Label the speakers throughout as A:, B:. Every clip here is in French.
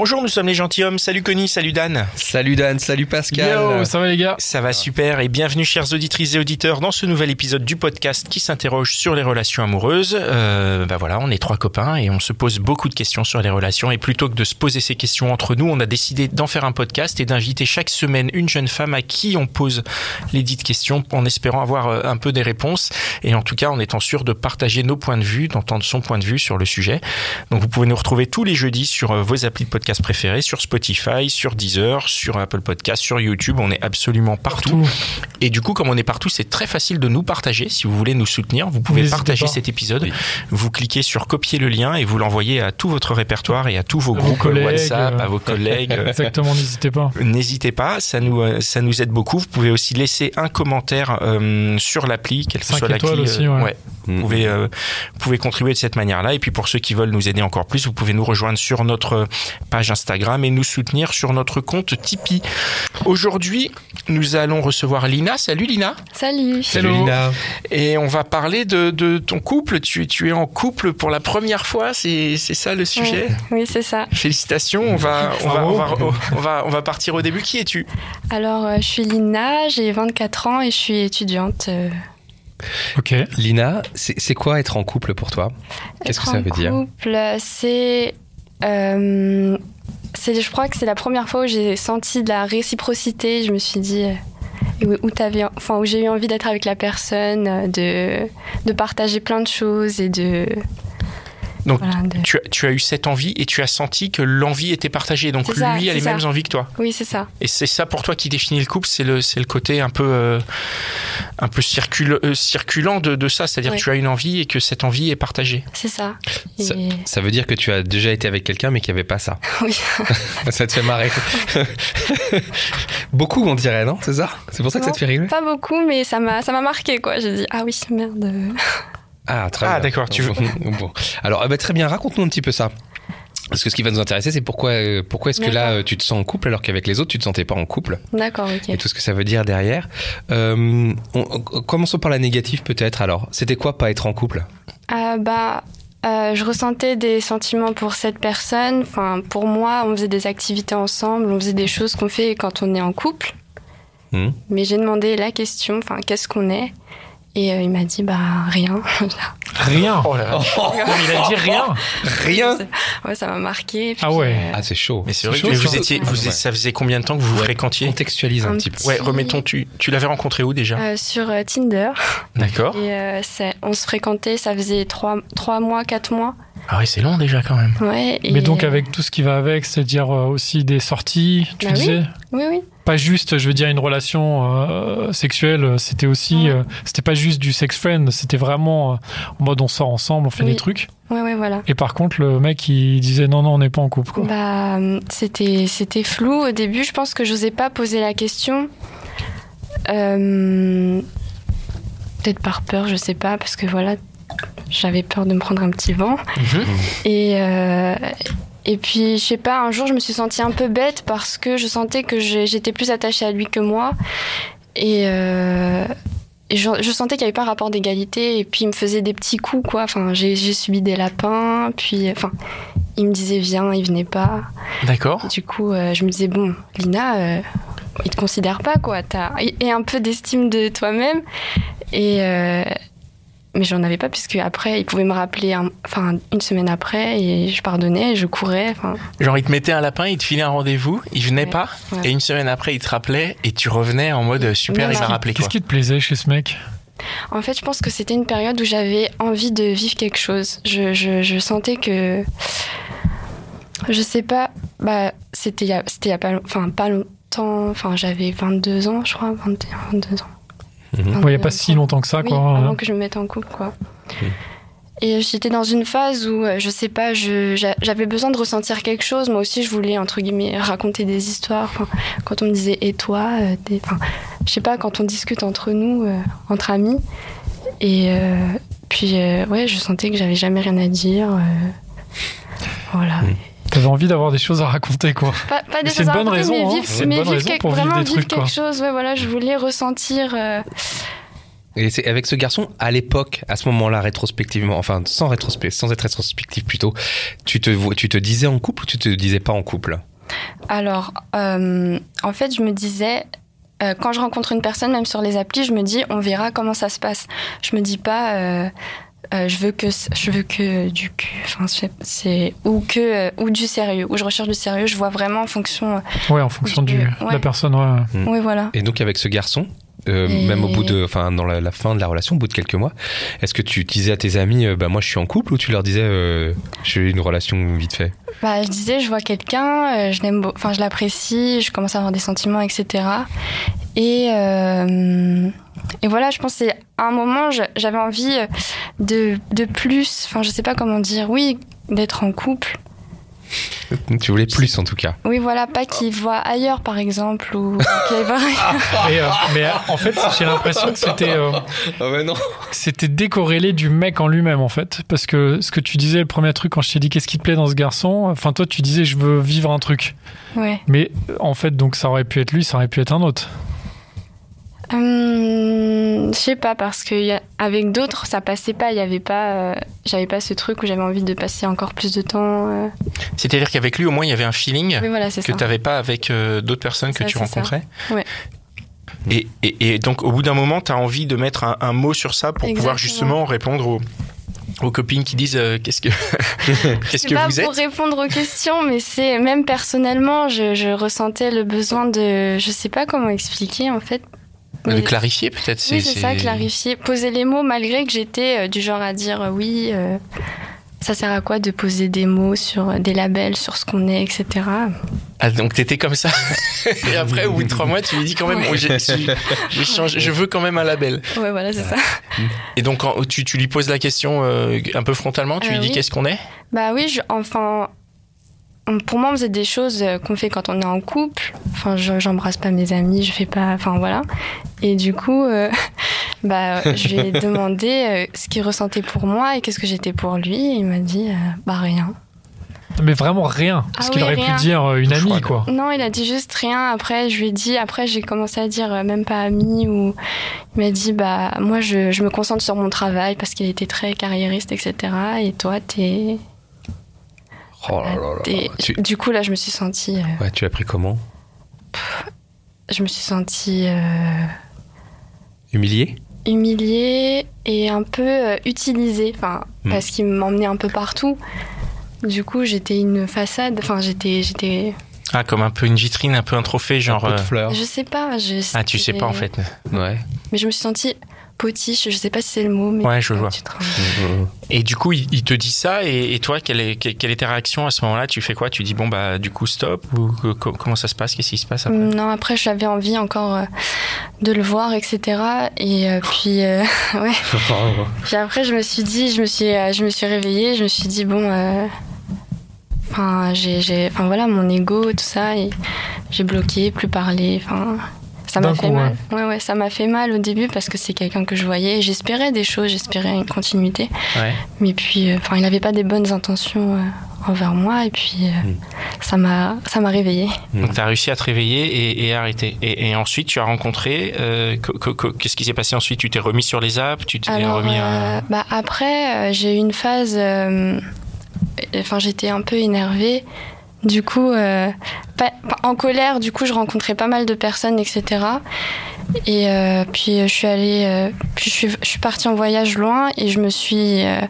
A: Bonjour, nous sommes les gentilshommes. Salut Conny, salut Dan.
B: Salut Dan, salut Pascal.
C: Yo, ça va les gars
A: Ça va super et bienvenue chers auditrices et auditeurs dans ce nouvel épisode du podcast qui s'interroge sur les relations amoureuses. Euh, bah voilà, on est trois copains et on se pose beaucoup de questions sur les relations et plutôt que de se poser ces questions entre nous, on a décidé d'en faire un podcast et d'inviter chaque semaine une jeune femme à qui on pose les dites questions en espérant avoir euh, un peu des réponses et en tout cas en étant sûr de partager nos points de vue, d'entendre son point de vue sur le sujet. Donc vous pouvez nous retrouver tous les jeudis sur euh, vos applis de podcast préférés, sur Spotify, sur Deezer, sur Apple Podcast, sur YouTube. On est absolument partout. Et du coup, comme on est partout, c'est très facile de nous partager. Si vous voulez nous soutenir, vous pouvez
C: N'hésitez
A: partager
C: pas.
A: cet épisode. Vous cliquez sur copier le lien et vous l'envoyez à tout votre répertoire et à tous vos
C: À vos
A: groupes
C: collègues,
A: WhatsApp,
C: euh.
A: à vos collègues. euh,
C: Exactement, n'hésitez pas.
A: N'hésitez pas, ça nous, euh, ça nous aide beaucoup. Vous pouvez aussi laisser un commentaire euh, sur l'appli, quelle que
C: Cinq
A: soit l'appli.
C: étoiles
A: euh,
C: aussi, ouais.
A: Vous, pouvez, euh, vous pouvez contribuer de cette manière-là. Et puis pour ceux qui veulent nous aider encore plus, vous pouvez nous rejoindre sur notre euh, page Instagram et nous soutenir sur notre compte Tipeee. Aujourd'hui, nous allons recevoir Lina. Salut Lina.
D: Salut.
B: Salut
C: Hello.
B: Lina.
A: Et on va parler de, de ton couple. Tu, tu es en couple pour la première fois, c'est c'est ça le sujet
D: Oui, c'est ça.
A: Félicitations, on va, on, va, on, va, on, va, on va partir au début. Qui es-tu
D: Alors, euh, je suis Lina, j'ai 24 ans et je suis étudiante. euh,
C: Ok.
B: Lina, c'est c'est quoi être en couple pour toi Qu'est-ce que
D: être
B: ça
D: en
B: veut dire
D: couple, euh, c'est. euh, c'est- je crois que c'est la première fois où j'ai senti de la réciprocité. Je me suis dit. euh, où, où t'avais- enfin, où j'ai eu envie d'être avec la personne, euh, de, de partager plein de choses et de.
A: Donc,
D: voilà, de-
A: tu as, tu as eu cette envie et tu as senti que l'envie était partagée. Donc
D: C'est
A: lui
D: ça,
A: a
D: c'est
A: les
D: ça.
A: mêmes envies que toi.
D: Oui, c'est ça.
A: Et c'est ça pour toi qui définit le couple, c'est le, c'est le côté un peu, euh, un peu circul- euh, circulant de, de ça. C'est-à-dire
D: Ouais.
A: que tu as une envie et que cette envie est partagée.
D: C'est ça.
B: Ça,
D: Et-
B: ça veut dire que tu as déjà été avec quelqu'un mais qui avait pas ça.
D: Oui.
B: ça te fait marrer. Beaucoup on dirait, non C'est ça C'est pour ça que ça
D: Non.
B: te fait rigoler
D: Pas beaucoup, mais ça m'a ça m'a marqué, quoi. J'ai dit, ah oui, merde.
B: Ah, très
A: Ah,
B: bien.
A: d'accord, tu veux-
B: bon. Alors, eh ben, très bien, raconte-nous un petit peu ça. Parce que ce qui va nous intéresser, c'est pourquoi, euh, pourquoi est-ce que là,
D: D'accord.
B: euh, tu te sens en couple alors qu'avec les autres, tu te sentais pas en couple
D: D'accord, ok.
B: et tout ce que ça veut dire derrière. Euh, on- on- commençons par la négative peut-être alors. C'était quoi pas être en couple
D: Ah bah, euh, je ressentais des sentiments pour cette personne. Enfin, pour moi, on faisait des activités ensemble, on faisait des choses qu'on fait quand on est en couple.
B: Mhm.
D: Mais j'ai demandé la question, enfin, qu'est-ce qu'on est Et euh, il m'a dit, bah, rien.
C: Rien.
A: Oh.
C: Non, mais il a dit rien.
B: Rien
D: ouais, ça m'a marqué. Puis,
C: Ah ouais.
B: Ah c'est chaud.
A: Mais c'est vrai
B: chaud,
A: que vous
B: ça.
A: étiez, vous,
B: Ouais.
A: ça faisait combien de temps que vous vous fréquentiez
B: Contextualise un
D: Un
B: petit peu.
A: Ouais, remettons, tu, tu l'avais rencontré où déjà
D: euh, sur euh, Tinder.
C: Oh.
A: D'accord.
D: Et euh, c'est- on se fréquentait, ça faisait trois, trois mois, quatre mois.
A: Ah oui, c'est long déjà quand même.
D: Ouais, et- euh,
C: Mais donc avec tout ce qui va avec, c'est-à-dire euh, aussi des sorties, tu
D: Bah oui.
C: disais
D: Oui, oui.
C: Pas juste, je veux dire, une relation euh, sexuelle, c'était aussi...
D: Ouais.
C: euh, c'était pas juste du sex friend, c'était vraiment euh, en mode on sort ensemble, on fait
D: Oui.
C: des trucs.
D: Ouais, ouais, voilà.
C: Et par contre, le mec, il disait non, non, on n'est pas en couple, quoi.
D: Bah, hum, c'était c'était flou au début. Je pense que je n'osais pas poser la question. Euh, Peut-être par peur, je sais pas, parce que voilà, j'avais peur de me prendre un petit vent. Et euh, et puis je sais pas, un jour je me suis sentie un peu bête parce que je sentais que j'ai- j'étais plus attachée à lui que moi. Et euh, et je, je sentais qu'il n'y avait pas rapport d'égalité et puis il me faisait des petits coups quoi. Enfin, j'ai j'ai subi des lapins, puis enfin il me disait viens, il venait pas.
A: D'accord.
D: Du coup, euh, je me disais bon, Lina, euh, il te considère pas quoi. T'as et, et un peu d'estime de toi-même. Et euh, mais j'en avais pas puisque après il pouvait me rappeler un- enfin une semaine après et je pardonnais, et je courais. Enfin
A: Genre, il te mettait un lapin, il te filait un rendez-vous, il venait
D: Ouais.
A: pas,
D: Ouais.
A: et une semaine après, il te rappelait, et tu revenais en mode euh, super,
D: Non,
A: il m'a
D: non.
A: rappelé quoi.
C: Qu'est-ce qui te plaisait chez ce mec
D: en fait, je pense que c'était une période où j'avais envie de vivre quelque chose. Je, je- je sentais que je sais pas. Bah c'était il y a c'était il y a pas long- enfin pas longtemps. Enfin j'avais 22 ans, je crois, 21, 22 ans.
B: Mhm.
C: Ouais, Il n'y a pas si longtemps que ça,
D: Ah, bah, Oui, ah,
C: quoi. hein.
D: avant que je me mette en couple, quoi. Et euh, j'étais dans une phase où, euh, je sais pas, je- j'a- j'avais besoin de ressentir quelque chose. Moi aussi, je voulais, entre guillemets, raconter des histoires. Enfin, quand on me disait « et toi euh, t'es- enfin, Je sais pas, quand on discute entre nous, euh, entre amis. Et euh, puis, euh, ouais, je sentais que j'avais jamais rien à dire. euh, voilà.
C: T'avais envie d'avoir des choses à raconter, quoi.
D: Pas, pas
C: Mais
D: des
C: c'est
D: choses
C: une
D: à
C: bonne
D: raconter,
C: raison,
D: mais
C: hein.
D: vivre,
C: C'est une
D: mais
C: bonne
D: vivre
C: raison
D: quelque-
C: pour vivre
D: vraiment
C: des
D: vivre
C: trucs,
D: quelque
C: quoi.
D: chose. Ouais, voilà, je voulais ressentir... euh,
B: Et c'est avec ce garçon, à l'époque, à ce moment-là, rétrospectivement, enfin, sans rétrospect, sans être rétrospectif plutôt, tu te, vois- tu te disais en couple ou tu te disais pas en couple
D: Alors, euh, en fait, je me disais, euh, quand je rencontre une personne, même sur les applis, je me dis, on verra comment ça se passe. Je me dis pas, euh, euh, je veux que, c- je veux que du cul, enfin, c'est- c'est ou que euh, ou du sérieux, ou je recherche du sérieux. Je vois vraiment en fonction.
C: Ouais, en fonction du,
D: euh, Ouais.
C: de la personne, ouais.
D: Oui, voilà.
B: Et donc, avec ce garçon, euh,
D: Et-
B: même au bout de, enfin, dans la, la fin de la relation, au bout de quelques mois, est-ce que tu disais à tes amis, euh, bah, moi, je suis en couple ou tu leur disais, euh, j'ai une relation vite fait
D: Bah, je disais, je vois quelqu'un, euh, je l'aime, beau- enfin, je l'apprécie, je commence à avoir des sentiments, etc. Et, euh, et voilà, je pense que c'est à un moment, je- j'avais envie euh, de, de plus, enfin, je sais pas comment dire, oui, d'être en couple.
B: Tu voulais plus, en tout cas.
D: Oui, voilà, pas qu'il voit ailleurs, par exemple, ou qu'il voit
C: Et, euh, mais euh, en fait, j'ai l'impression que c'était euh,
B: Ah, bah non
C: que c'était décorrélé du mec en lui-même, en fait. Parce que ce que tu disais, le premier truc, quand je t'ai dit qu'est-ce qui te plaît dans ce garçon, enfin, toi, tu disais je veux vivre un truc.
D: Ouais.
C: Mais euh, en fait, donc, ça aurait pu être lui, ça aurait pu être un autre.
D: Hum, je sais pas, parce que y a- avec d'autres, ça passait pas, il y avait pas, euh, j'avais pas ce truc où j'avais envie de passer encore plus de temps. euh.
A: C'est-à-dire qu'avec lui, au moins, il y avait un feeling
D: Oui, voilà, c'est
A: que
D: ça.
A: tu n'avais pas avec euh, d'autres personnes que
D: Ça,
A: tu
D: c'est ça.
A: rencontrais.
D: Ouais.
A: Et, et- et donc, au bout d'un moment, tu as envie de mettre un, un mot sur ça pour pouvoir
D: Exactement.
A: justement répondre aux, aux copines qui disent euh, qu'est-ce que, qu'est-ce
D: C'est
A: que
D: pas
A: vous
D: pour
A: êtes.
D: répondre aux questions, mais c'est même personnellement, je, je ressentais le besoin de, je sais pas comment expliquer en fait.
A: De
D: Mais-
A: Euh, clarifier peut-être.
D: oui, c'est ça, clarifier, poser les mots malgré que j'étais euh, du genre à dire euh, oui. euh, ça sert à quoi de poser des mots sur euh, des labels, sur ce qu'on est, etc.
A: Ah, donc t'étais comme ça. Et après, au bout de trois mois, tu lui dis quand même, oh, j'ai- j'ai- j'ai changé, je veux quand même un label.
D: Ouais, voilà,
A: Euh,
D: c'est ça.
A: Et donc, en- tu, tu lui poses la question euh, un peu frontalement, tu
D: Ah
A: lui dis
D: oui.
A: qu'est-ce qu'on est
D: Bah oui, je- enfin, on- pour moi, on faisait des choses euh, qu'on fait quand on est en couple. Enfin, je- j'embrasse pas mes amis, je fais pas. Enfin, voilà. Et du coup, euh, bah, euh, je lui ai demandé euh, ce qu'il ressentait pour moi et qu'est-ce que j'étais pour lui. Et il m'a dit, euh, bah rien.
C: Mais vraiment rien.
D: Ah
C: Parce qu'il
D: oui,
C: aurait
D: rien.
C: pu dire euh, une
A: Je crois,
C: amie, quoi.
D: Non, il a dit juste rien. Après, je lui ai dit, après, j'ai commencé à dire euh, même pas ami ou. Il m'a dit, bah, moi, je, je me concentre sur mon travail parce qu'il était très carriériste, etc. Et toi, t'es.
B: Oh là là là.
D: t'es-
B: Tu,
D: Du coup, là, je me suis sentie. euh,
B: ouais, tu l'as pris comment
D: je me suis sentie euh,
B: Humilié
D: humiliée et un peu euh, utilisée, enfin,
A: Hmm.
B: Mm.
D: parce qu'il m'emmenait un peu partout. Du coup, j'étais une façade, enfin, j'étais, j'étais,
A: Ah, comme un peu une vitrine, un peu un trophée, genre.
B: Un pot
A: euh,
B: de fleurs.
D: je sais pas, je,
A: Ah, tu sais pas en fait.
B: Ouais.
D: Mais je me suis sentie potiche, je sais pas si c'est le mot, mais
A: Ouais, je
D: quand
A: vois.
D: tu te rends-
A: Et du coup, il, il te dit ça, et, et toi, quelle est, quelle quelle est ta réaction à ce moment-là Tu fais quoi Tu dis, bon, bah, du coup, stop Ou que- co- comment ça se passe Qu'est-ce qui se passe après
D: Mm, Non, après j'avais envie encore euh, de le voir, etc. Et euh, puis, euh, ouais. puis après je me suis dit, je me suis, euh, je me suis réveillée, je me suis dit bon, euh, enfin j'ai, j'ai, enfin voilà mon ego, tout ça, et j'ai bloqué, plus parlé, enfin. Ça m'a
C: D'un
D: fait
C: coup,
D: mal. Ouais, ouais, ça m'a fait mal au début parce que c'est quelqu'un que je voyais. et J'espérais des choses, j'espérais une continuité.
A: Ouais.
D: Mais puis, euh, enfin, il n'avait pas des bonnes intentions euh, envers moi. Et puis, euh, ça m'a, ça m'a réveillée.
A: Donc, tu as réussi à te réveiller et, et à arrêter. Et, et ensuite, tu as rencontré. euh, co- co- co- Qu'est-ce qui s'est passé ensuite Tu t'es remis sur les apps Tu t'es
D: Alors,
A: remis à.
D: euh, bah, après, euh, j'ai eu une phase. euh, Enfin, j'étais un peu énervée. Du coup, euh, pas- pas- en colère, du coup, je rencontrais pas mal de personnes, etc. Et euh, puis, euh, je suis allée. euh, puis, je suis, je suis partie en voyage loin et je me suis. euh,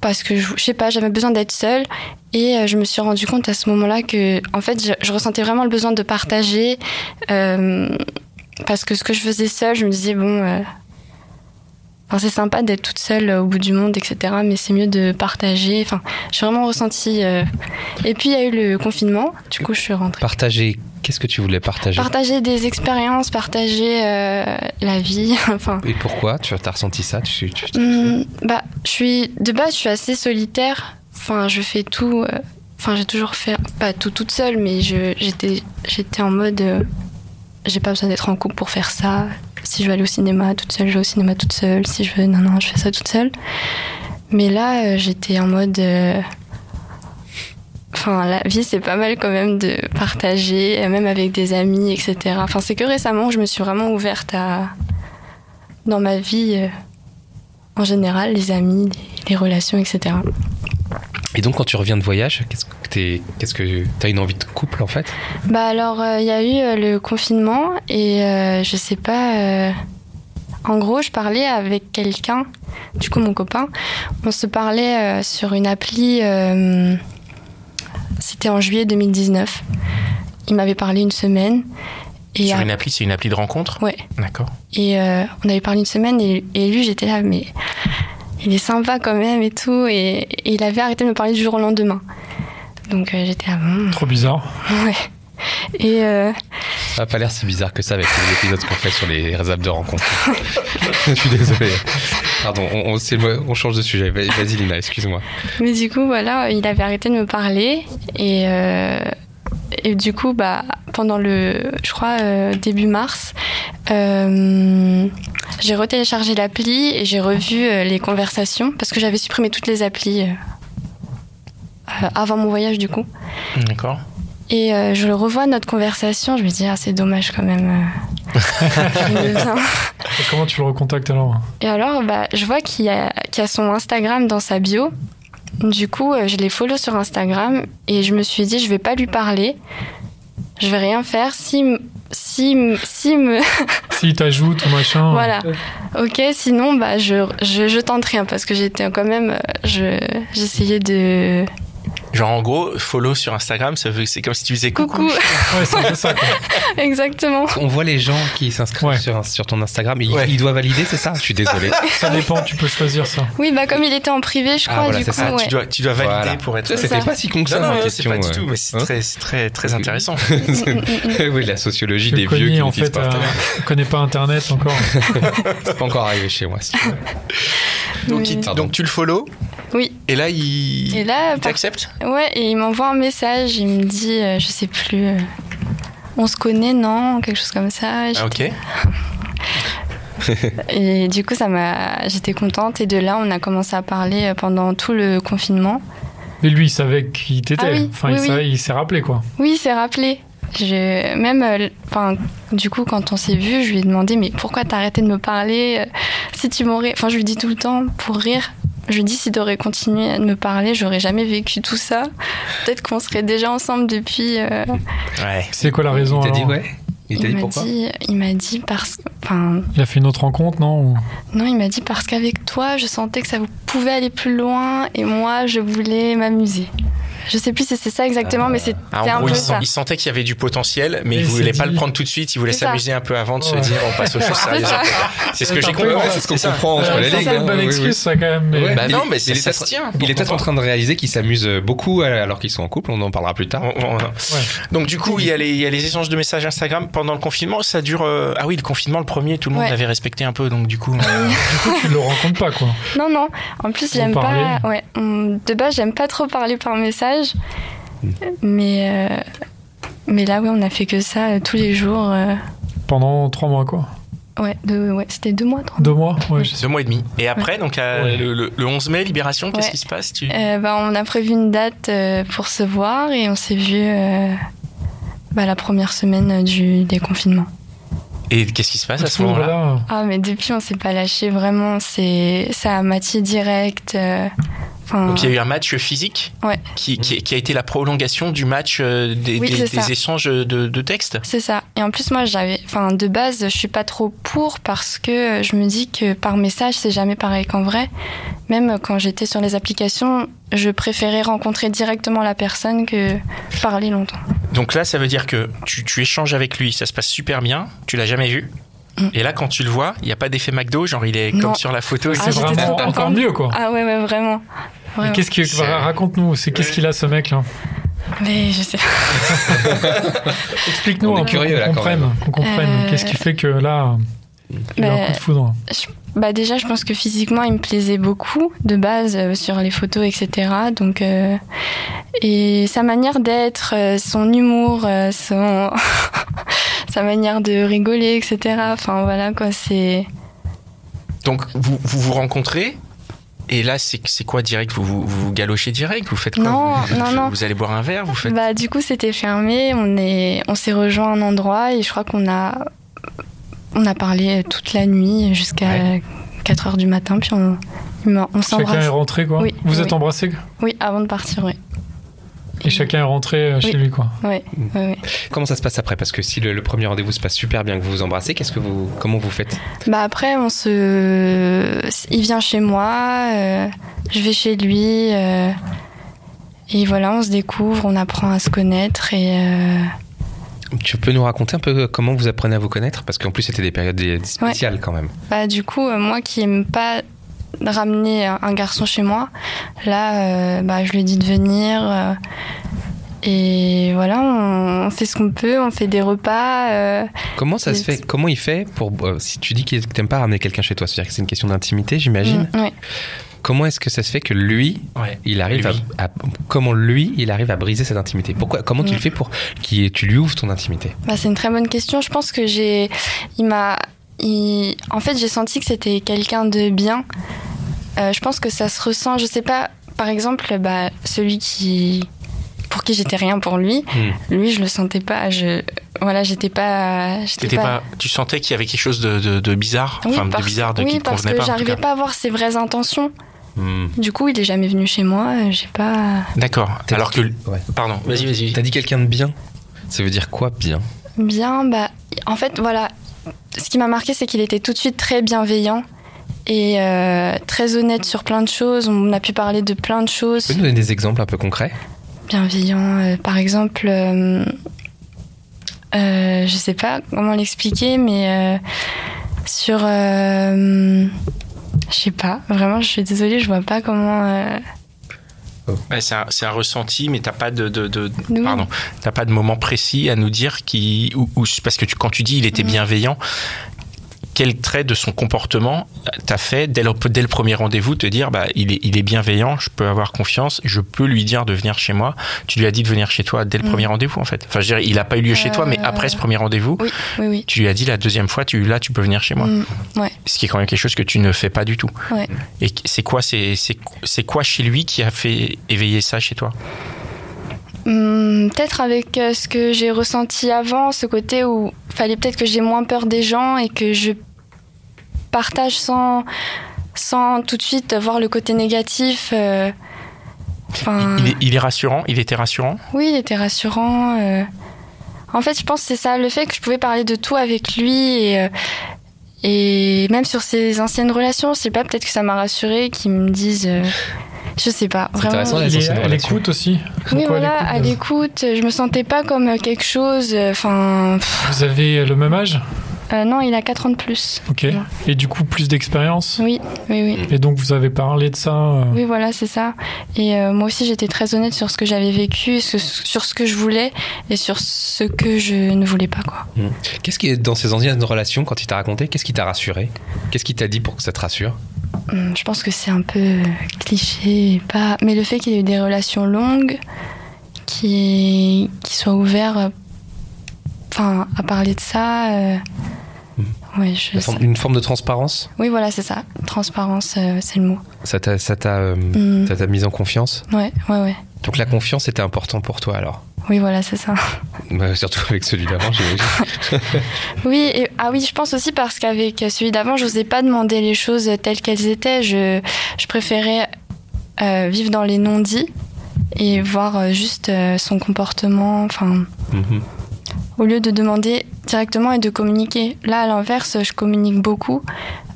D: parce que je, je sais pas, j'avais besoin d'être seule. Et euh, je me suis rendu compte à ce moment-là que, en fait, je, je ressentais vraiment le besoin de partager. euh, parce que ce que je faisais seule, je me disais, bon. euh, Enfin, c'est sympa d'être toute seule euh, au bout du monde, etc. Mais c'est mieux de partager. Enfin, j'ai vraiment ressenti. euh, Et puis il y a eu le confinement. Du coup, je suis rentrée.
B: Partager Qu'est-ce que tu voulais partager
D: Partager des expériences, partager euh, la vie, enfin.
B: Et pourquoi Tu as ressenti ça tu, tu-
D: Hum, bah, je suis de base, je suis assez solitaire. Enfin, je fais tout. euh, Enfin, j'ai toujours fait pas tout toute seule, mais je j'étais j'étais en mode. euh, j'ai pas besoin d'être en couple pour faire ça. Si je veux aller au cinéma toute seule, je vais au cinéma toute seule. Si je veux, non non, je fais ça toute seule. Mais là, euh, j'étais en mode. euh, Enfin, la vie, c'est pas mal quand même de partager, euh, même avec des amis, etc. Enfin, c'est que récemment où je me suis vraiment ouverte à. dans ma vie. euh, en général, les amis, les, les relations, etc.
B: Et donc, quand tu reviens de voyage, qu'est-ce que t'es, qu'est-ce que t'as une envie de couple en fait
D: Bah alors, euh, il y a eu euh, le confinement et euh, je sais pas. euh, en gros, je parlais avec quelqu'un, du coup mon copain. On se parlait euh, sur une appli. euh, C'était en juillet 2019. Il m'avait parlé une semaine. Et
A: Sur
D: à-
A: une appli, c'est une appli de rencontre
D: Ouais.
A: D'accord.
D: Et euh, on avait parlé une semaine et, et lui, j'étais là, mais il est sympa quand même et tout. Et, et il avait arrêté de me parler du jour au lendemain. Donc euh, j'étais à bon.
C: Trop bizarre.
D: Ouais. Et euh,
B: Ça a Ah, pas l'air si bizarre que ça avec les épisodes qu'on fait sur les apps de rencontre. Je suis désolé. Pardon, on, on, c'est moi- on change de sujet. Vas- Vas-y Lina, excuse-moi.
D: mais du coup, voilà, il avait arrêté de me parler. Et, euh, et du coup, bah, pendant le, je crois, euh, début mars, euh, j'ai retéléchargé l'appli et j'ai revu euh, les conversations parce que j'avais supprimé toutes les applis euh, euh, avant mon voyage, du coup.
A: D'accord.
D: Et euh, je le revois notre conversation, je me dis ah c'est dommage quand même. euh. J'aimais bien.
C: Et comment tu le recontactes alors
D: Et alors bah je vois qu'il y a qu'il y a son Instagram dans sa bio. Du coup euh, je l'ai follow sur Instagram et je me suis dit je vais pas lui parler, je vais rien faire si m- si m- si me
C: S'il t'ajoute ou machin.
D: Voilà. Ok, sinon, bah, je, je, je tente rien parce que j'étais quand même. euh, je- J'essayais de.
A: Genre, en gros, follow sur Instagram, ça veut- c'est comme si tu faisais coucou.
D: Coucou
C: Ouais, c'est un peu ça. quoi.
D: Exactement.
B: On voit les gens qui s'inscrivent
C: Ouais.
B: sur, un- sur ton Instagram et ils,
A: Ouais.
B: ils doivent valider, c'est ça Je suis désolé.
C: Ça dépend, tu peux choisir ça.
D: Oui, bah, comme il était en privé, je
B: Ah,
D: crois,
B: voilà,
D: du
B: c'est
D: coup.
B: ça,
A: Ah,
D: ouais.
A: tu, dois, tu dois valider
B: Voilà.
A: pour être.
B: Ça, c'était
D: C'est ça.
B: pas si con que ça,
A: Non, non,
B: ma
A: non, c'est
B: question.
A: pas du
B: euh.
A: tout, mais c'est
B: Hein
A: très, c'est très, très intéressant.
D: Mm,
B: C'est- oui, la sociologie
C: Je
B: des vieux
C: connais,
B: qui
C: en
B: n'utilisent
C: fait,
B: pas Internet.
C: euh, connais pas Internet encore.
B: C'est pas encore arrivé chez moi. si tu veux.
A: Donc,
D: Oui.
A: il-
B: Pardon.
A: donc tu le follow,
D: Oui.
A: et là, il,
D: Et là,
A: il
D: par-
A: t'accepte
D: Ouais, et il m'envoie un message, il me dit, euh, je sais plus, euh, on se connaît, non Quelque chose comme ça.
A: Ah, ok.
D: Et du coup, ça m'a, j'étais contente. Et de là, on a commencé à parler euh, pendant tout le confinement.
C: Mais lui, il savait qui t'étais.
D: Ah oui,
C: enfin, il
D: oui,
C: sa-
D: oui.
C: il s'est rappelé, quoi.
D: Oui, c'est rappelé. Je, même, euh, l- enfin, du coup, quand on s'est vu, je lui ai demandé, mais pourquoi t'as arrêté de me parler euh, Si tu m'aurais, enfin, je lui dis tout le temps pour rire. Je lui dis si t'aurais continué à me parler, j'aurais jamais vécu tout ça. Peut-être qu'on serait déjà ensemble depuis. euh,
A: Ouais.
C: C'est quoi la raison
B: Il t'a dit
C: alors
B: ouais Il t'a dit
D: m'a
B: pourquoi
D: dit, il m'a dit parce que, enfin,
C: Il a fait une autre rencontre, non Ou-
D: Non, il m'a dit parce qu'avec toi, je sentais que ça pouvait aller plus loin et moi, je voulais m'amuser. Je sais plus si c'est ça exactement, mais c'était
A: Ah,
D: un
A: en gros,
D: peu
A: il, sent-
D: ça.
A: il sentait qu'il y avait du potentiel, mais
C: Et
A: il
C: il
A: voulait
C: s'est
A: pas
C: dit-
A: le prendre tout de suite. Il voulait
D: C'est ça.
A: s'amuser un peu avant de se
C: Ouais.
A: dire on passe aux choses
D: C'est
A: sérieuses.
D: ça.
A: C'est ce que
C: C'est
A: j'ai
C: un peu-
A: compris.
C: ouais,
B: c'est ce qu'on comprend
C: Ah,
B: entre les
C: ça,
B: ligues,
C: C'est
B: hein,
C: une bonne
B: oui, oui.
C: excuse, ça, quand même. mais-
B: Ouais.
A: Bah
B: Il-
A: non, mais
B: il
A: c'est-
B: est
A: ça
B: peut-être-
A: se tient.
B: Il est peut-être en train de réaliser qu'ils s'amusent beaucoup euh, alors qu'ils sont en couple, on en parlera plus tard.
A: On- on- on- Donc du coup, il y, a les, il y a les échanges de messages Instagram pendant le confinement. Ça dure. euh, Ah oui, le confinement, le premier, tout le monde
D: Ouais.
A: l'avait respecté un peu. Donc du coup, euh,
C: Du coup, tu le rencontres pas, quoi.
D: Non, non. En plus,
C: Vous
D: j'aime pas.
C: parlez
D: Ouais. on- De base, j'aime pas trop parler par message.
A: Hmm.
D: Mais, euh, mais là, ouais, on a fait que ça euh, tous les jours. euh,
C: Pendant trois mois, quoi.
D: Ouais, deux- ouais, c'était deux mois, trois mois.
C: Deux mois Ouais, je sais.
A: deux mois et demi. Et après, donc euh,
C: Ouais.
A: le, le- le 11 mai, libération. Qu'est-ce
D: Ouais.
A: qui se passe Tu-
D: Euh, bah, on a prévu une date euh, pour se voir et on s'est vu euh, bah, la première semaine euh, du déconfinement.
A: Et qu'est-ce qui se passe à ce
B: hein.
C: Oui,
A: moment-là
C: voilà.
D: Ah, mais depuis, on s'est pas lâché vraiment. C'est ça a matché direct. euh, Enfin,
A: Donc il y a eu un match physique
D: Mmh. Ouais.
A: qui, qui, qui a été la prolongation du match euh, des,
D: Oui,
A: des-
D: c'est
A: des
D: ça.
A: échanges de, de textes.
D: c'est ça. Et en plus, moi, j'avais, enfin, de base, je suis pas trop pour parce que euh, je me dis que par message, c'est jamais pareil qu'en vrai. Même quand j'étais sur les applications, je préférais rencontrer directement la personne que parler longtemps.
A: Donc là, ça veut dire que tu, tu échanges avec lui, ça se passe super bien, tu l'as jamais vu.
D: Mm.
A: Et là, quand tu le vois, il n'y a pas d'effet McDo, genre il est comme
D: Non.
A: sur la photo.
C: C'est
D: Ah, j'étais
C: vraiment
D: trop
C: encore
D: contente.
C: mieux, quoi.
D: Ah ouais, ouais, vraiment.
C: Mais
D: Vraiment.
C: Qu'est-ce qu'il
A: C'est-
C: raconte-nous C'est qu'est-ce qu'il a ce mec là
D: Mais je sais.
C: Explique-nous
B: On est
C: un peu,
B: curieux, là,
C: qu'on
B: quand
C: comprenne,
B: même.
C: qu'on comprenne.
D: Euh,
C: Qu'est-ce qui fait que là, il y a un
D: Bah,
C: coup de foudre
D: Bah déjà, je pense que physiquement, il me plaisait beaucoup de base euh, sur les photos, etc. Donc euh, et sa manière d'être, euh, son humour, euh, son sa manière de rigoler, etc. Enfin voilà quoi, c'est
A: Donc, vous vous, vous rencontrez et là, c'est c'est quoi direct vous, vous vous galochez direct Vous faites quoi
D: Non,
A: vous,
D: non,
A: vous-
D: non.
A: Vous allez boire un verre Vous faites
D: bah du coup c'était fermé. On est on s'est rejoint à un endroit et je crois qu'on a on a parlé euh, toute la nuit jusqu'à
B: Ouais.
D: 4 heures du matin puis on on
C: Chacun est
D: s'embrasse.
C: rentré, quoi.
D: Oui,
C: Vous
D: oui.
C: êtes embrassés
D: Oui, avant de partir, oui.
C: et chacun est rentré euh, chez lui, quoi.
D: Ouais, ouais, ouais.
B: Comment ça se passe après Parce que si le, le premier rendez-vous se passe super bien, que vous vous embrassez, qu'est-ce que vous, comment vous faites
D: Bah après, on se, il vient chez moi, euh, je vais chez lui, euh, et voilà, on se découvre, on apprend à se connaître et euh,
B: Tu peux nous raconter un peu euh, comment vous apprenez à vous connaître Parce qu'en plus, c'était des périodes des- spéciales quand même.
D: bah du coup, euh, moi qui aime pas ramener un un garçon chez moi, là, euh, bah je lui dis de venir. euh, et voilà, on, on fait ce qu'on peut, on fait des repas. euh,
B: Comment ça se
D: Oui.
B: fait Comment il fait pour euh, si tu dis qu'il- que t'aimes pas ramener quelqu'un chez toi C'est-à-dire que c'est une question d'intimité, j'imagine.
D: mm, ouais.
B: Comment est-ce que ça se fait que lui,
D: Bah,
A: Ouais.
B: il arrive
A: Lui.
B: à, à- comment lui, il arrive à briser cette intimité Pourquoi Comment tu
D: Mm.
B: le fais pour qu'il tu lui ouvres ton intimité
D: Bah, c'est une très bonne question. Je pense que j'ai. Il m'a. il- En fait, j'ai senti que c'était quelqu'un de bien. Euh, je pense que ça se ressent. Je sais pas, par exemple, bah, celui qui. Pour qui j'étais rien pour lui,
A: Hmm.
D: lui, je le sentais pas. Je. Voilà, j'étais pas. J'étais
A: T'étais pas... Tu sentais qu'il y avait quelque chose de, de- de bizarre,
D: Oui,
A: enfin de
D: parce-
A: bizarre, de qui
D: oui,
A: te
D: parce
A: convenait
D: que
A: pas. en tout
D: j'arrivais
A: cas.
D: pas à voir ses vraies intentions.
B: Mm.
D: Du coup, il est jamais venu chez moi. euh, J'ai pas
A: D'accord.
B: T'as
A: Alors que,
B: dit- ouais.
A: pardon. Vas-y, vas-y.
B: T'as dit quelqu'un de bien. Ça veut dire quoi bien
D: bien. Bah, en fait, voilà. Ce qui m'a marqué, c'est qu'il était tout de suite très bienveillant et euh, très honnête sur plein de choses. On a pu parler de plein de choses.
B: Tu peux nous donner des exemples un peu concrets
D: Bienveillant, euh, par exemple. euh, euh, je sais pas comment l'expliquer, mais euh, sur. euh, je sais pas, vraiment, je suis désolée, je vois pas comment. euh,
A: Ouais, c'est, un, c'est un ressenti, mais t'as pas de, de, de-
D: Oui.
A: pardon, t'as pas de moment précis à nous dire qui ou, ou- parce que tu, quand tu dis il
D: Mmh.
A: était bienveillant, quel trait de son comportement t'as fait dès le, dès le premier rendez-vous te dire bah il est, il est bienveillant, je peux avoir confiance, je peux lui dire de venir chez moi. Tu lui as dit de venir chez toi dès le
D: Mm.
A: premier rendez-vous en fait. Enfin je dirais il a pas eu lieu chez toi, mais
D: Euh,
A: après ce premier rendez-vous.
D: Oui, oui, oui.
A: Tu lui as dit la deuxième fois, tu, là, tu peux venir chez moi.
D: Mm,
A: Ce qui est quand même quelque chose que tu ne fais pas du tout.
D: ouais.
A: Et c'est quoi, c'est, c'est, c'est quoi chez lui qui a fait éveiller ça chez toi
D: Hmm, peut-être avec euh, ce que j'ai ressenti avant, ce côté où fallait peut-être que j'ai moins peur des gens et que je partage sans, sans tout de suite voir le côté négatif. euh, Enfin,
A: Il, il est, il est rassurant, il était rassurant.
D: oui, il était rassurant. euh. En fait, je pense que c'est ça, le fait que je pouvais parler de tout avec lui et, euh, et même sur ses anciennes relations, je sais pas, peut-être que ça m'a rassuré qu'il me dise, euh, je sais pas,
B: C'est
D: vraiment.
B: intéressant,
D: je-
B: Ouais,
C: Il
B: ça,
C: est
B: c'est une
C: à
B: relation.
C: l'écoute aussi.
D: oui,
C: Pourquoi à
D: voilà,
C: l'écoute
D: à
C: de-
D: l'écoute, je me sentais pas comme euh, quelque chose. Enfin, euh,
C: Vous avez le même âge
D: non, il a 4 ans de plus.
C: Ok.
D: Ouais.
C: Et du coup, plus d'expérience
D: Oui, oui, oui.
C: Et donc, vous avez parlé de ça euh,
D: Oui, voilà, c'est ça. Et euh, moi aussi, j'étais très honnête sur ce que j'avais vécu, ce- sur ce que je voulais et sur ce que je ne voulais pas, quoi.
B: Qu'est-ce qui est dans ces anciennes relations quand il t'a raconté Qu'est-ce qui t'a rassuré Qu'est-ce qui t'a dit pour que ça te rassure
D: Hum, Je pense que c'est un peu euh, cliché, et pas. Mais le fait qu'il ait eu des relations longues, qui qui soit ouvert, euh, enfin, à parler de ça. euh,
C: Mm.
D: ouais, je.
B: Une forme- Une forme de transparence
D: Oui, voilà, c'est ça. Transparence, euh, c'est le mot.
B: Ça t'a, ça t'a, euh,
A: Mm.
D: Hum.
B: ça t'a mis en confiance.
D: Ouais, ouais, ouais.
B: Donc la confiance était important pour toi alors.
D: Oui, voilà, c'est ça.
B: Bah, surtout avec celui d'avant, j'imagine.
D: Oui, et, ah oui, je pense aussi parce qu'avec celui d'avant, je n'osais pas demander les choses telles qu'elles étaient. Je, je préférais euh, vivre dans les non-dits et voir euh, juste euh, son comportement, enfin,
B: Mhm.
D: au lieu de demander directement et de communiquer. Là, à l'inverse, je communique beaucoup.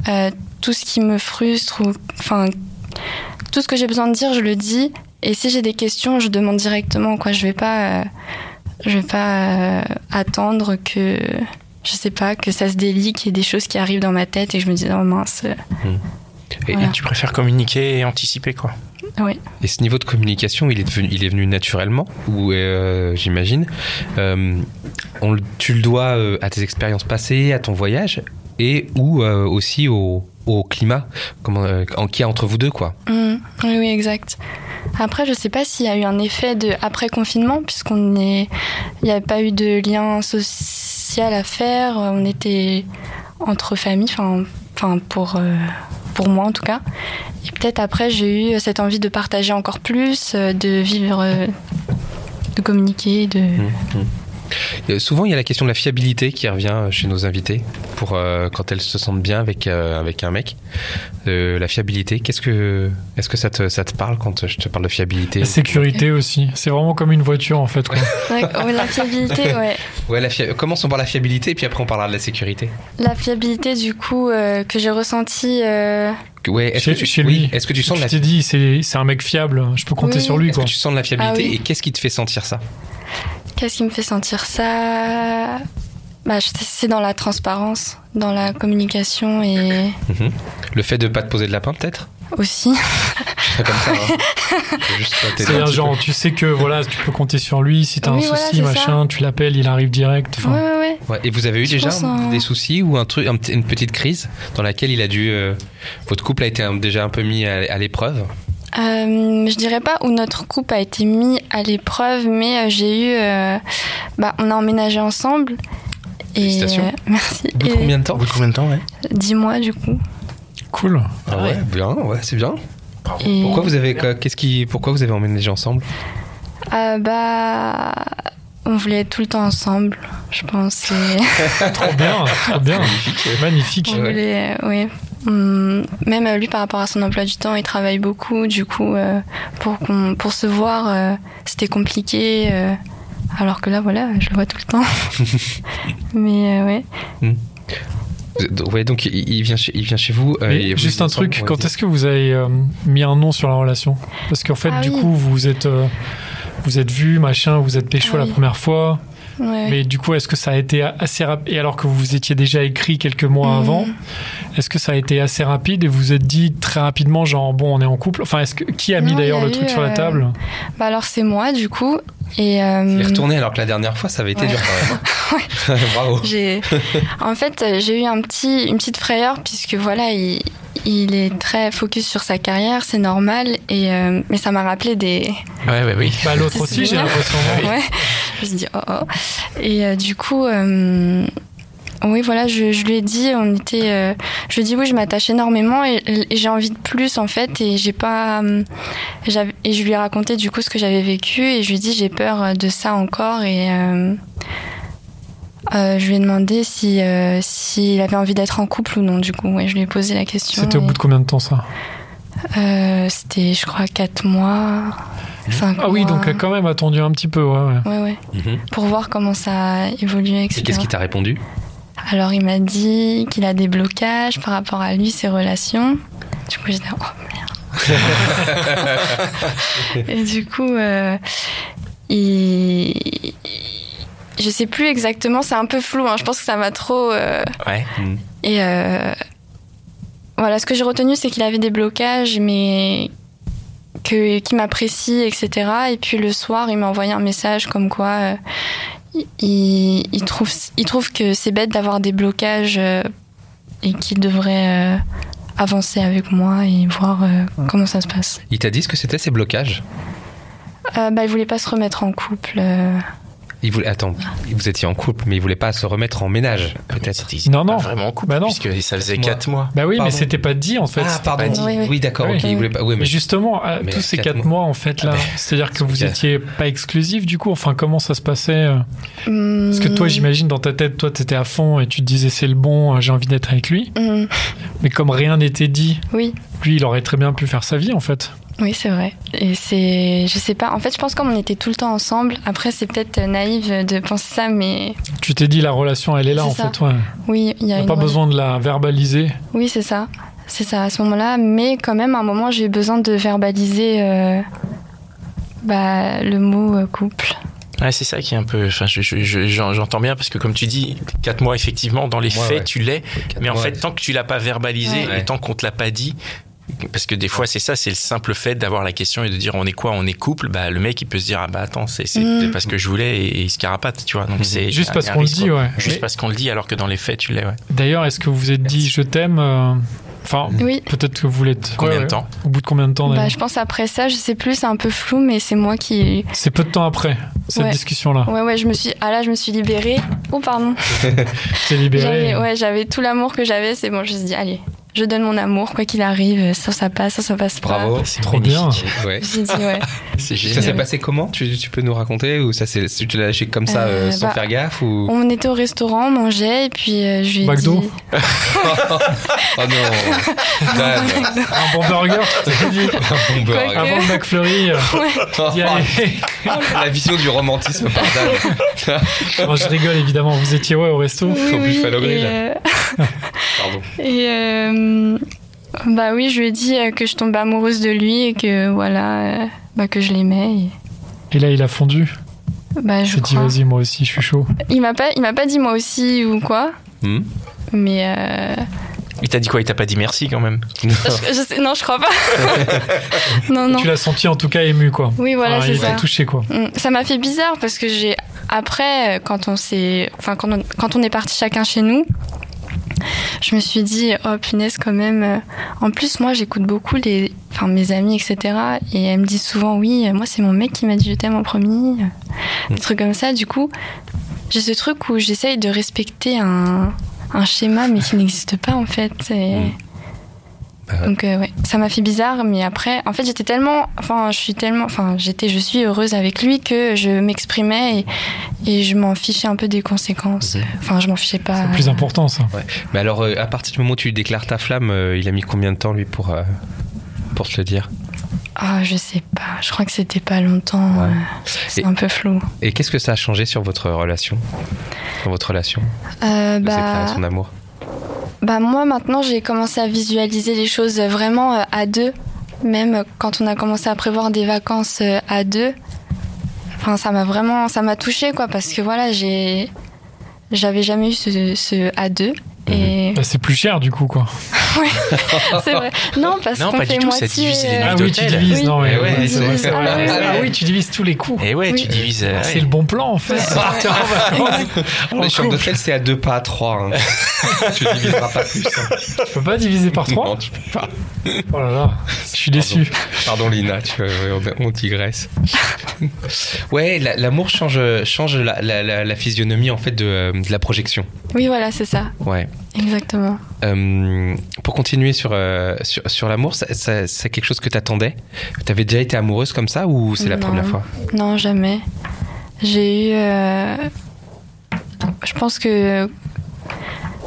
D: Euh, tout ce qui me frustre ou, enfin, tout ce que j'ai besoin de dire, je le dis. Et si j'ai des questions, je demande directement. Quoi, je vais pas, euh, je vais pas euh, attendre que, je sais pas, que ça se délie, qu'il y ait des choses qui arrivent dans ma tête et que je me dise oh mince.
A: Et,
D: Voilà.
A: et tu préfères communiquer et anticiper, quoi.
D: Oui.
B: Et ce niveau de communication, il est, devenu, il est venu naturellement, ou euh, j'imagine, euh, on le- tu le dois euh, à tes expériences passées, à ton voyage, et ou euh, aussi au, au climat comment, euh, en- qu'il y a entre vous deux, quoi.
D: Mm, oui, oui, exact. Après, je sais pas s'il y a eu un effet de après confinement, puisqu'on est, il n'y a pas eu de lien social à faire. euh, On était entre familles, enfin, enfin pour euh, pour moi en tout cas. Et peut-être après, j'ai eu cette envie de partager encore plus, euh, de vivre, euh, de communiquer, de.
B: Euh, souvent, il y a la question de la fiabilité qui revient euh, chez nos invités, pour euh, quand elles se sentent bien avec, euh, avec un mec. Euh, la fiabilité, qu'est-ce que, est-ce que ça te, ça te parle quand je te parle de fiabilité
C: La sécurité aussi. C'est vraiment comme une voiture en fait. Quoi.
D: Ouais, ouais, la fiabilité, ouais.
B: Ouais, la fia- commençons par la fiabilité, puis après on parlera de la sécurité.
D: La fiabilité du coup euh, que j'ai ressentie. euh,
B: Ouais, est-ce
C: Chez-
B: que tu,
C: chez
B: oui,
C: lui.
B: Est-ce que tu sens
C: Tu
B: de la
C: t'es dit, c'est c'est un mec fiable, je peux compter
D: Oui.
C: sur lui.
B: Est-ce
C: Quoi.
B: que tu sens de la fiabilité
D: Ah oui.
B: et qu'est-ce qui te fait sentir ça
D: Qu'est-ce qui me fait sentir ça bah, je- C'est dans la transparence, dans la communication et
B: Le fait de pas te poser de lapin peut-être
D: aussi.
B: C'est comme ça. hein. Je veux juste pas t'aider un
C: C'est-à-dire,
B: petit
C: genre, tu sais que voilà, tu peux compter sur lui. Si t'as un
D: Oui, voilà,
C: souci,
D: c'est ça.
C: machin, tu l'appelles, il arrive direct.
D: Ouais,
C: Enfin,
D: ouais, ouais.
B: peu. Ouais, Et vous avez eu
D: Je
B: déjà
D: pense, euh,
B: des soucis ou un truc, un petit- une petite crise dans laquelle il a dû, euh, votre couple a été un- déjà un peu mis à, à l'épreuve
D: Euh, je dirais pas où notre couple a été mis à l'épreuve, mais euh, j'ai eu. euh, bah, on a emménagé ensemble. Et, euh,
B: Félicitations.
D: merci.
B: Au bout de
D: Et
B: combien de temps
A: Au bout de combien de temps, ouais
D: Dix mois du coup.
C: cool.
B: Ah ouais, bien, ouais, c'est bien.
D: Et-
B: Pourquoi vous avez, quoi, qu'est-ce qui, pourquoi vous avez emménagé ensemble
D: Ah, Bah. On voulait être tout le temps ensemble, je pense. et-
C: Trop bien, trop bien. Magnifique.
D: On voulait, euh, ouais. Hum, Même euh, lui, par rapport à son emploi du temps, il travaille beaucoup. Du coup, euh, pour, qu'on- pour se voir, euh, c'était compliqué. euh, alors que là, voilà, je le vois tout le temps. Mais euh, ouais.
B: Vous- donc, ouais, donc il, il vient, chez, il vient chez vous. euh,
C: Mais
B: et vous
C: juste
B: êtes
C: un
B: ensemble,
C: truc,
B: ouais,
C: quand
B: vas-y.
C: est-ce que vous avez euh, mis un nom sur la relation Parce qu'en fait,
D: Ah
C: du
D: oui.
C: coup, vous êtes, euh, vous êtes vu, machin, vous êtes pécho
D: Ah
C: la
D: oui.
C: première fois.
D: ouais.
C: Mais du coup, est-ce que ça a été a- assez rapide Et alors que vous vous étiez déjà écrit quelques mois
D: Mhm.
C: avant, est-ce que ça a été assez rapide et vous vous êtes dit très rapidement, genre, bon, on est en couple Enfin, est-ce que, qui a mis
D: Non,
C: d'ailleurs
D: il y a
C: le truc
D: eu,
C: sur la
D: euh,
C: table
D: Bah, alors, c'est moi, du coup. Et
B: Il est
D: euh,
B: retourné alors que la dernière fois ça avait été
D: Ouais.
B: dur quand même. Bravo.
D: j'ai, en fait, euh, j'ai eu un petit, une petite frayeur puisque voilà, il, il est très focus sur sa carrière, c'est normal. Et euh, mais ça m'a rappelé des,
A: Ouais, ouais, oui.
C: Bah, l'autre
D: c'est
C: aussi, j'ai
D: bien.
C: l'impression. non
D: Ouais. Je me suis dit, oh oh. Et euh, du coup, euh, oui, voilà, je, je lui ai dit, on était. euh, je lui ai dit, oui, je m'attache énormément et, et j'ai envie de plus, en fait. Et j'ai pas. euh, j'avais- et je lui ai raconté, du coup, ce que j'avais vécu. Et je lui ai dit, j'ai peur euh, de ça encore. Et. euh, euh, je lui ai demandé si euh, s'il avait envie d'être en couple ou non du coup ouais, je lui ai posé la question
C: C'était au
D: et,
C: bout de combien de temps ça
D: euh, c'était je crois 4 mois 5
C: Ah oui, donc elle a quand même attendu un petit peu, ouais, ouais.
D: ouais ouais
B: Mhm.
D: pour voir comment ça évoluait, etc.
B: Et qu'est-ce qui t'a répondu
D: Alors il m'a dit qu'il a des blocages par rapport à lui, ses relations. Du coup, j'étais oh merde. Et du coup, euh, il- je sais plus exactement, c'est un peu flou. hein, Je pense que ça m'a trop. euh,
A: Ouais.
D: Et euh, voilà, ce que j'ai retenu, c'est qu'il avait des blocages, mais que qu'il m'apprécie, etc. Et puis le soir, il m'a envoyé un message comme quoi euh, il, il trouve il trouve que c'est bête d'avoir des blocages euh, et qu'il devrait euh, avancer avec moi et voir euh, comment ça se passe.
B: Il t'a dit ce que c'était ces blocages
D: Euh, bah, il voulait pas se remettre en couple. euh.
B: il voulait, Attends, vous étiez en couple, mais il voulait pas se remettre en ménage,
A: Ah,
B: peut-être.
A: C'était-
C: Non, non.
A: pas Vraiment en couple,
C: Bah non.
A: puisque ça faisait
B: Quatre
A: 4 mois.
C: Bah oui, mais
B: Pardon.
C: c'était pas dit en fait.
B: Ah,
C: C'était
B: pardon.
A: pas dit.
B: Oui,
D: Oui, oui.
B: d'accord,
C: Oui.
B: ok. Il voulait pas. Oui, mais
C: Mais justement, à-
B: Mais
C: tous ces
B: quatre
C: quatre mois, en fait, là,
B: Ah ben,
C: c'est-à-dire que vous
B: quatre.
C: étiez pas exclusif, du coup, enfin, comment ça se passait euh, Parce que toi,
D: Hmm.
C: j'imagine, dans ta tête, toi, t'étais à fond et tu te disais, c'est le bon, euh, j'ai envie d'être avec lui.
D: Hmm.
C: Mais comme rien n'était dit,
D: Oui.
C: lui, il aurait très bien pu faire sa vie, en fait.
D: Oui, c'est vrai. Et c'est. Je sais pas. En fait, je pense comme on était tout le temps ensemble. Après, c'est peut-être naïf de penser ça, mais
C: Tu t'es dit, la relation, elle est là,
D: C'est
C: en
D: ça.
C: fait, ouais.
D: oui, il y
C: On
D: a
C: n'a
D: une
C: pas besoin de la verbaliser.
D: Oui, c'est ça. C'est ça, à ce moment-là. Mais quand même, à un moment, j'ai eu besoin de verbaliser euh, bah, le mot euh, couple.
A: Ouais, c'est ça qui est un peu. Enfin, je- je- je- j'en- j'entends bien parce que, comme tu dis, 4 mois, effectivement, dans les
B: Ouais,
A: faits,
B: ouais.
A: tu l'es.
B: quatre
A: Mais en
B: mois,
A: fait, tant que tu l'as pas verbalisé
B: Ouais.
A: et tant qu'on te l'a pas dit, Parce que des fois, c'est ça, c'est le simple fait d'avoir la question et de dire on est quoi, on est couple. Bah, le mec, il peut se dire ah bah attends, c'est c'est
D: Mm.
A: peut-être parce que je voulais et, et il se carapate, tu vois. Donc c'est
C: Mm-hmm. Juste
A: il y a-
C: parce
A: il y a un
C: qu'on le
A: risque,
C: dit,
A: quoi.
C: ouais.
A: Juste
C: Mais-
A: parce qu'on le dit, alors que dans les faits, tu l'es. Ouais.
C: D'ailleurs, est-ce que vous vous êtes dit je t'aime euh, Enfin,
D: Oui.
C: peut-être que vous l'êtes.
A: Combien
C: Ouais,
A: de
C: ouais.
A: temps
C: Au bout de combien de temps
D: Bah,
C: d'ailleurs
D: je pense après ça, je sais plus, c'est un peu flou, mais c'est moi qui.
C: C'est peu de temps après cette
D: Ouais.
C: discussion-là.
D: Ouais, ouais, je me suis. Ah là, je me suis libérée. Oh, pardon.
C: T'es libéré.
D: J'avais, ouais, j'avais tout l'amour que j'avais, c'est bon, je me suis dit, allez, je donne mon amour, quoi qu'il arrive, ça, ça passe, ça, ça passe pas.
B: Bravo.
A: C'est
C: Oh, Trop
A: magnifique.
B: Ouais.
D: Je me suis dit, ouais.
A: C'est
B: Ça s'est
A: génial.
B: passé comment tu, tu peux nous raconter Ou ça, c'est- tu l'as lâché comme ça
D: Euh,
B: euh, sans
D: bah,
B: faire gaffe ou...
D: On était au restaurant, on mangeait, et puis euh, je lui ai
C: McDo
D: dit.
B: Oh non Dan,
C: Un bon burger, tu t'es dit,
B: un bon burger.
C: avant le McFlurry, euh, d'y aller.
B: La vision du romantisme par Dan.
C: Non, je rigole évidemment, vous étiez ouais au resto.
D: Oui,
B: Au
D: oui,
B: Buffalo Grill.
D: et, euh,
B: Pardon.
D: et, euh, bah oui, je lui ai dit euh, que je tombais amoureuse de lui et que voilà, euh, bah, que je l'aimais.
C: Et là, il a fondu.
D: et- bah, je
C: J'ai dit,
D: crois.
C: vas-y, moi aussi, je suis chaud.
D: Il m'a pas, il m'a pas dit moi aussi ou quoi,
B: Hmm
D: mais euh,
A: Il t'a dit quoi Il t'a pas dit merci quand même
D: je, je sais, non, je crois pas. non, non.
C: Ah. Tu l'as senti en tout cas ému, quoi.
D: Oui, voilà,
C: Enfin,
D: c'est
C: il t'a
D: ça.
C: touché, quoi.
D: Mm, Ça m'a fait bizarre parce que j'ai après euh, quand on s'est enfin quand on, quand on est parti chacun chez nous, je me suis dit oh punaise quand même. euh, En plus moi j'écoute beaucoup les enfin mes amis etc et elles me disent souvent oui euh, moi c'est mon mec qui m'a dit je t'aime en premier euh, des trucs comme ça du coup j'ai ce truc où j'essaye de respecter un un schéma mais qui n'existe pas en fait. Et-
B: Mm. Bah ouais.
D: Donc euh, ouais, ça m'a fait bizarre, mais après, en fait, j'étais tellement, enfin, je suis tellement, enfin, j'étais, je suis heureuse avec lui que je m'exprimais et, et je m'en fichais un peu des
B: Mmh.
D: conséquences. Enfin, je m'en fichais pas.
C: C'est le plus important, ça.
B: Mais alors, euh, à partir du moment où tu déclares ta flamme, euh, il a mis combien de temps, lui, pour, euh, pour te le dire
D: Ah, je sais pas. Je crois que c'était pas longtemps.
B: Ouais.
D: euh, C'est
B: Et-
D: un peu flou.
B: Et qu'est-ce que ça a changé sur votre relation Sur votre relation
D: Euh,
B: de séparer
D: bah,
B: son amour
D: bah moi maintenant, j'ai commencé à visualiser les choses vraiment euh, à deux. Même euh, quand on a commencé à prévoir des vacances euh, à deux. Enfin, ça m'a vraiment, ça m'a touchée quoi, parce que voilà, j'ai, j'avais jamais eu ce, ce à deux.
A: Mhm.
D: Et
C: Bah, c'est plus cher, du coup, quoi.
D: C'est vrai. Non, parce
A: Non,
D: qu'on
A: pas
D: fait
A: du tout, ça
D: moitié.
A: divise les
D: euh,
A: nuits.
C: Ah
A: Et
C: oui, tu
A: d'hôtel.
C: divises,
D: Oui.
C: non, mais.
B: Eh ouais, c'est
C: ouais, c'est
B: vrai.
C: vrai.
D: Ah ouais,
C: Ah
D: ouais.
C: oui, tu divises tous les coups.
A: Et ouais,
D: Oui.
A: tu divises. euh,
C: Ah,
B: Eh
C: C'est
A: ouais.
C: le bon plan, en fait. Partir en vacances. En
B: Les chambres
C: couple.
B: d'hôtel, c'est à deux, pas à trois. hein. tu diviseras pas plus. hein.
C: Tu peux pas diviser par
B: Non,
C: 3
B: tu peux pas.
C: Oh là là, je suis déçu.
B: Pardon Lina, tu, euh, on digresse. ouais, la- l'amour change, change la, la- la- la physionomie en fait de, euh, de la projection.
D: Oui, voilà, c'est ça.
B: Ouais.
D: Exactement.
B: Euh, pour continuer sur, euh, sur, sur l'amour, ça- ça- c'est quelque chose que t'attendais T'avais déjà été amoureuse comme ça ou c'est la
D: Non.
B: première fois
D: Non, jamais. J'ai eu. euh, Je pense que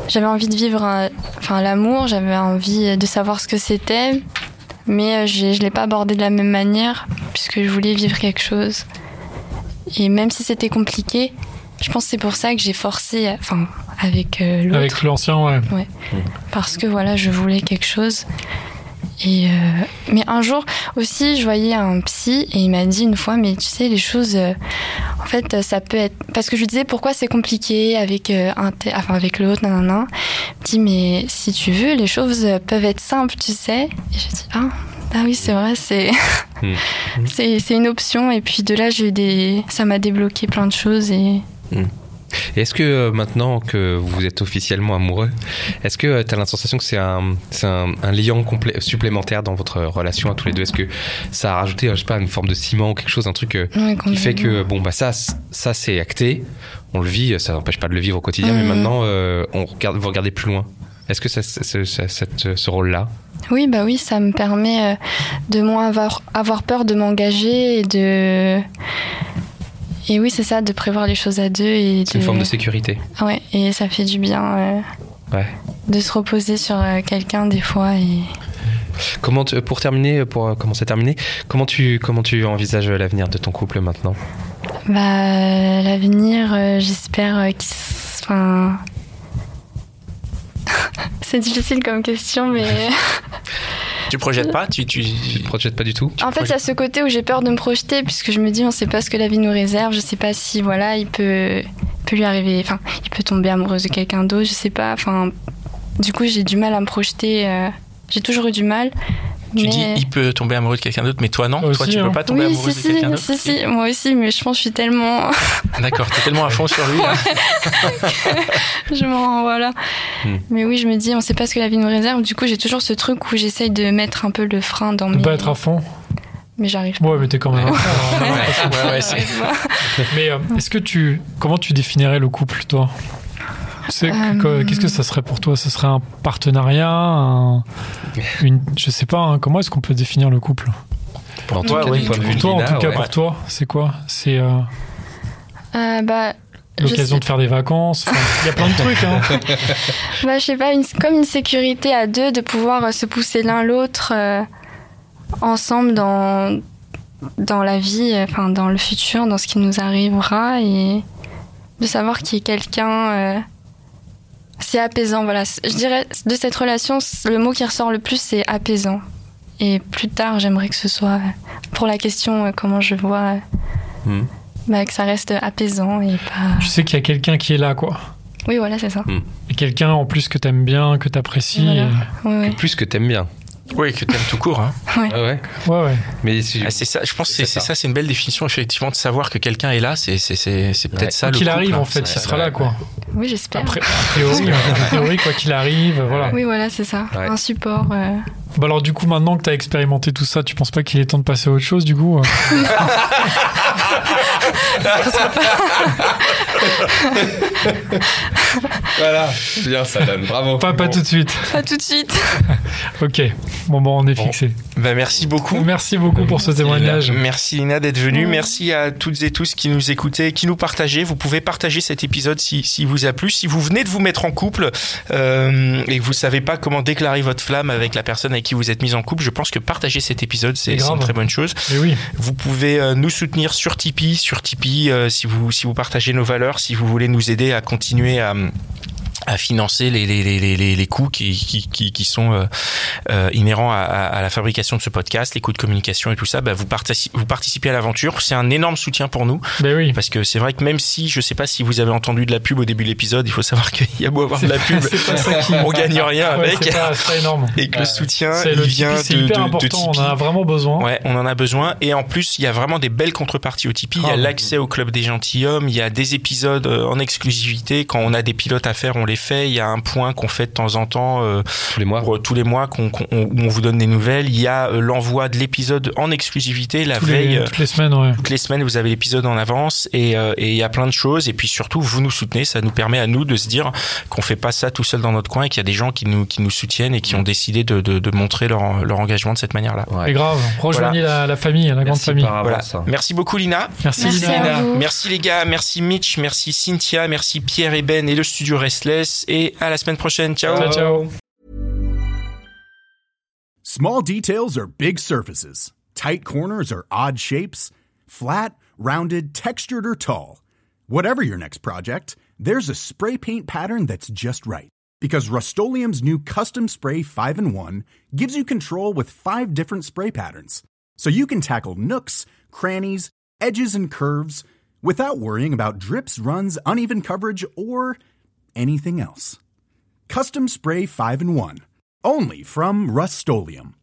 D: j'avais envie de vivre un- enfin, l'amour, j'avais envie de savoir ce que c'était, mais euh, j'ai- je ne l'ai pas abordé de la même manière, puisque je voulais vivre quelque chose. Et même si c'était compliqué, je pense que c'est pour ça que j'ai forcé, enfin, avec euh, l'autre.
C: Avec l'ancien, ouais.
D: parce que voilà, je voulais quelque chose. Et euh, mais un jour aussi, je voyais un psy et il m'a dit une fois, mais tu sais, les choses, euh, en fait, euh, ça peut être parce que je lui disais pourquoi c'est compliqué avec euh, un, tel- enfin avec l'autre, nanana. Il me dit mais si tu veux, les choses euh, peuvent être simples, tu sais. Et je dis ah. Ah oui, c'est vrai, c'est
B: Mm.
D: c'est c'est une option. Et puis de là, j'ai eu des, ça m'a débloqué plein de choses. Et
B: Et Est-ce que euh, maintenant que vous êtes officiellement amoureux, est-ce que tu as la sensation que c'est un, c'est un, un lien complé- supplémentaire dans votre relation à tous les deux Est-ce que ça a rajouté, euh, je sais pas, une forme de ciment ou quelque chose, un truc euh,
D: Ouais,
B: qui fait
D: complètement.
B: que bon bah ça c- ça c'est acté, on le vit, ça n'empêche pas de le vivre au quotidien, mais
D: Mhm.
B: maintenant euh, on regarde, vous regardez plus loin. Est-ce que ça, ça- ça- ça- cette- euh, ce rôle-là
D: Oui, bah oui, ça me permet euh, de moins avoir, avoir peur de m'engager et de. Et oui, c'est ça, de prévoir les choses à deux. et
B: C'est une forme de sécurité.
D: Ouais, et ça fait du bien euh,
B: Ouais.
D: de se reposer sur euh, quelqu'un des fois. Et...
B: Comment tu- pour terminer, pour euh, commencer à terminer, comment tu comment tu envisages euh, l'avenir de ton couple maintenant
D: Bah, euh, l'avenir, euh, j'espère euh, qu'il. s- Enfin. c'est difficile comme question, mais.
A: Tu projettes pas tu, tu...
B: Tu te projettes pas du tout
D: En fait, il y a ce côté où j'ai peur de me projeter puisque je me dis on sait pas ce que la vie nous réserve, je sais pas si voilà, il peut il peut lui arriver enfin, il peut tomber amoureuse de quelqu'un d'autre, je sais pas, enfin du coup, j'ai du mal à me projeter euh, j'ai toujours eu du mal,
A: Tu
D: mais-
A: dis, il peut tomber amoureux de quelqu'un d'autre, mais toi non.
C: Moi
A: toi,
C: aussi,
A: tu
C: hein.
A: peux pas tomber
D: Oui,
A: amoureux
D: si,
A: de quelqu'un
D: si,
A: d'autre.
D: si, si, moi aussi, mais je pense que je suis tellement.
A: D'accord, t'es tellement à fond sur lui. hein. là.
D: je m'en. Voilà.
B: Hmm.
D: Mais oui, je me dis, on sait pas ce que la vie nous réserve. Du coup, j'ai toujours ce truc où j'essaye de mettre un peu le frein dans
C: De
D: mes.
C: pas être à fond.
D: Mais j'arrive
C: Ouais, mais t'es quand même. à fond,
A: Ouais,
C: hein.
A: ouais, ouais, c'est-
C: mais euh, est-ce que tu. Comment tu définirais le couple, toi C'est-
D: Euh,
C: que- Qu'est-ce que ça serait pour toi Ce serait un partenariat un- une, Je sais pas, hein, comment est-ce qu'on peut définir le couple
B: En tout
A: Ouais,
B: cas,
A: oui,
B: du point de
A: pour
B: vue
C: Pour
B: de
C: toi, en
B: Lina,
C: tout cas,
B: ouais.
C: pour toi, c'est quoi C'est euh,
D: pas. Euh, bah. je
C: l'occasion de faire des vacances enfin, Il y a plein de trucs. Hein.
D: Bah, je sais pas, une- comme une sécurité à deux de pouvoir euh, se pousser l'un l'autre euh, ensemble dans, dans la vie, euh, enfin dans le futur, dans ce qui nous arrivera et de savoir qu'il y a quelqu'un. euh, c'est apaisant, voilà. C- Je dirais de cette relation, c- le mot qui ressort le plus, c'est apaisant. Et plus tard, j'aimerais que ce soit euh, pour la question euh, comment je vois, euh,
B: Hmm.
D: bah, que ça reste apaisant et pas.
C: Je sais qu'il y a quelqu'un qui est là, quoi.
D: Oui, voilà, c'est ça.
C: Et quelqu'un en plus que t'aimes bien, que t'apprécies. euh,
D: Voilà.
C: et-
D: Oui, oui.
B: Que Plus que t'aimes bien.
A: Oui, que t'aimes tout court. hein.
B: Ah ouais.
C: Ouais, ouais.
B: Mais si-
A: Ah, c'est ça. Je pense que
B: C'est
A: c'est c'est
B: ça.
A: ça. C'est une belle définition, effectivement, de savoir que quelqu'un est là. C'est c'est- c'est- c'est peut-être
B: Ouais.
A: ça le
C: Qu'il
A: couple,
C: arrive,
A: hein.
C: en fait,
B: ça-
C: il sera là,
B: ouais,
C: quoi.
D: Oui, j'espère.
C: Après, a priori, euh, a priori, quoi qu'il arrive, voilà.
D: Oui, voilà, c'est ça.
B: Ouais.
D: Un support. euh.
C: Bah alors du coup, maintenant que t'as expérimenté tout ça, tu penses pas qu'il est temps de passer à autre chose, du coup euh
B: Voilà, bien ça donne, bravo.
C: Pas, pas tout de suite.
D: Pas tout de suite.
C: Ok. Bon, bon, on est
A: Bon.
C: fixé.
A: Bah, merci beaucoup.
C: Merci beaucoup pour ce témoignage.
A: Merci Lina d'être venue.
D: Mm.
A: Merci à toutes et tous qui nous écoutaient, qui nous partagez. Vous pouvez partager cet épisode si, si vous a plu. Si vous venez de vous mettre en couple euh, et que vous savez pas comment déclarer votre flamme avec la personne avec qui vous êtes mise en couple, je pense que partager cet épisode, c'est
C: C'est
A: c'est une
C: grave.
A: très bonne chose.
C: Et oui,
A: Vous pouvez euh, nous soutenir sur Tipeee, sur Tipeee euh, si, vous, si vous partagez nos valeurs, si vous voulez nous aider à continuer à à financer les, les, les, les, les- les coûts qui, qui, qui, qui sont euh, euh, inhérents à, à- à la fabrication de ce podcast, les coûts de communication et tout ça, bah, vous, partici- vous participez à l'aventure. C'est un énorme soutien pour nous
C: ben oui.
A: parce que c'est vrai que même si, je sais pas si vous avez entendu de la pub au début de l'épisode, il faut savoir qu'il y a beau avoir de la pub,
C: C'est pas ça qui...
A: on gagne rien
C: Ouais,
A: avec
C: C'est pas, c'est pas énorme.
A: et que le soutien,
C: C'est
A: il
C: le
A: vient
C: Tipeee, c'est
A: de,
C: hyper
A: de- de
C: important.
A: Tipeee.
C: on en a vraiment besoin.
A: Ouais, on en a besoin. Et en plus, il y a vraiment des belles contreparties au Tipeee. Il y a
C: Grave.
A: l'accès au Club des Gentilhommes. Il y a des épisodes euh, en exclusivité. Quand on a des pilotes à faire, on les fait. Il y a un point qu'on fait de temps en temps euh,
B: Tous les mois.
A: pour, euh, tous les mois qu'on, qu'on- on- où on vous donne des nouvelles. Il y a euh, l'envoi de l'épisode en exclusivité la
C: Tous les-
A: veille. euh,
C: toutes les semaines, ouais.
A: toutes les semaines, vous avez l'épisode en avance et euh, et il y a plein de choses. Et puis surtout, vous nous soutenez. Ça nous permet à nous de se dire qu'on fait pas ça tout seul dans notre coin et qu'il y a des gens qui nous, qui nous soutiennent et qui ont décidé de, de, de montrer leur, leur engagement de cette manière-là.
C: Mais grave, rejoignez la, la famille, la grande
B: Merci
C: famille.
B: par
A: Voilà.
B: avance, hein.
A: Merci beaucoup, Lina.
C: Merci,
D: Merci
C: Lina.
D: à vous.
A: Merci les gars, merci Mitch, merci Cynthia, merci Pierre et Ben et le studio Restless et à la semaine prochaine. Ciao.
C: Ciao, ciao.
E: Small details are big surfaces. Tight corners are odd shapes. Flat, rounded, textured, or tall. Whatever your next project, there's a spray paint pattern that's just right. Because Rust new Custom Spray 5 in 1 gives you control with five different spray patterns. So you can tackle nooks, crannies, edges, and curves without worrying about drips, runs, uneven coverage, or anything else. Custom Spray 5 and 1. Only from Rust-Oleum.